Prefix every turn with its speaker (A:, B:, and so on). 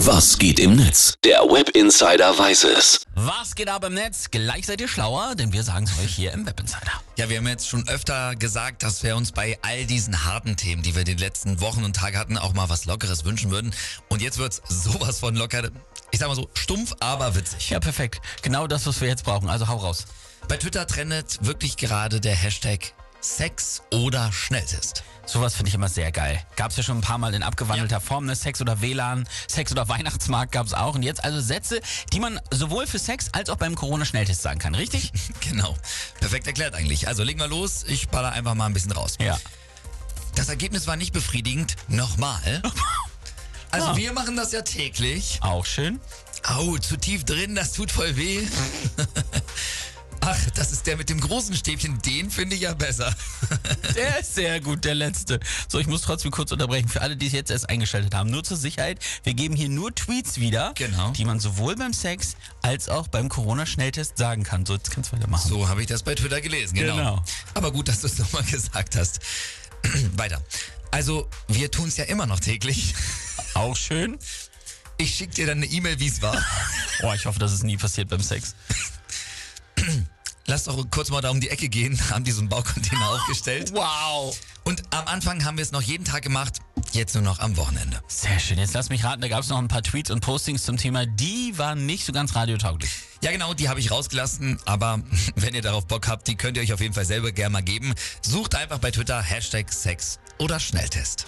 A: Was geht im Netz? Der Web Insider weiß es.
B: Was geht ab im Netz? Gleich seid ihr schlauer, denn wir sagen es euch hier im Web Insider.
C: Ja, wir haben jetzt schon öfter gesagt, dass wir uns bei all diesen harten Themen, die wir in den letzten Wochen und Tagen hatten, auch mal was Lockeres wünschen würden. Und jetzt wird's sowas von locker, ich sag mal so, stumpf, aber witzig.
B: Ja, perfekt. Genau das, was wir jetzt brauchen. Also hau raus.
C: Bei Twitter trendet wirklich gerade der Hashtag Sex oder Schnelltest.
B: Sowas finde ich immer sehr geil. Gab es ja schon ein paar Mal in abgewandelter Form, ne? Sex oder WLAN, Sex oder Weihnachtsmarkt gab es auch. Und jetzt also Sätze, die man sowohl für Sex als auch beim Corona-Schnelltest sagen kann, richtig?
C: Genau. Perfekt erklärt eigentlich. Also legen wir los, ich baller einfach mal ein bisschen raus.
B: Ja.
C: Das Ergebnis war nicht befriedigend. Nochmal. Also
B: Ja.
C: wir machen das ja täglich.
B: Auch schön.
C: Au, zu tief drin, das tut voll weh. Ach, das ist der mit dem großen Stäbchen, den finde ich ja besser.
B: Der ist sehr gut, der letzte. So, ich muss trotzdem kurz unterbrechen. Für alle, die es jetzt erst eingeschaltet haben, nur zur Sicherheit, wir geben hier nur Tweets wieder,
C: Genau.
B: die man sowohl beim Sex als auch beim Corona-Schnelltest sagen kann. So, jetzt kannst du weitermachen.
C: So habe ich das bei Twitter gelesen, genau.
B: Genau.
C: Aber gut, dass du es nochmal gesagt hast. Weiter. Also, wir tun es ja immer noch täglich.
B: Auch schön.
C: Ich schicke dir dann eine E-Mail, wie es war.
B: Oh, ich hoffe, das ist nie passiert beim Sex.
C: Lass doch kurz mal da um die Ecke gehen, haben die so einen Baucontainer aufgestellt.
B: Wow.
C: Und am Anfang haben wir es noch jeden Tag gemacht, jetzt nur noch am Wochenende.
B: Sehr schön. Jetzt lass mich raten, da gab es noch ein paar Tweets und Postings zum Thema. Die waren nicht so ganz radiotauglich.
C: Ja genau, die habe ich rausgelassen, aber wenn ihr darauf Bock habt, die könnt ihr euch auf jeden Fall selber gerne mal geben. Sucht einfach bei Twitter Hashtag Sex oder Schnelltest.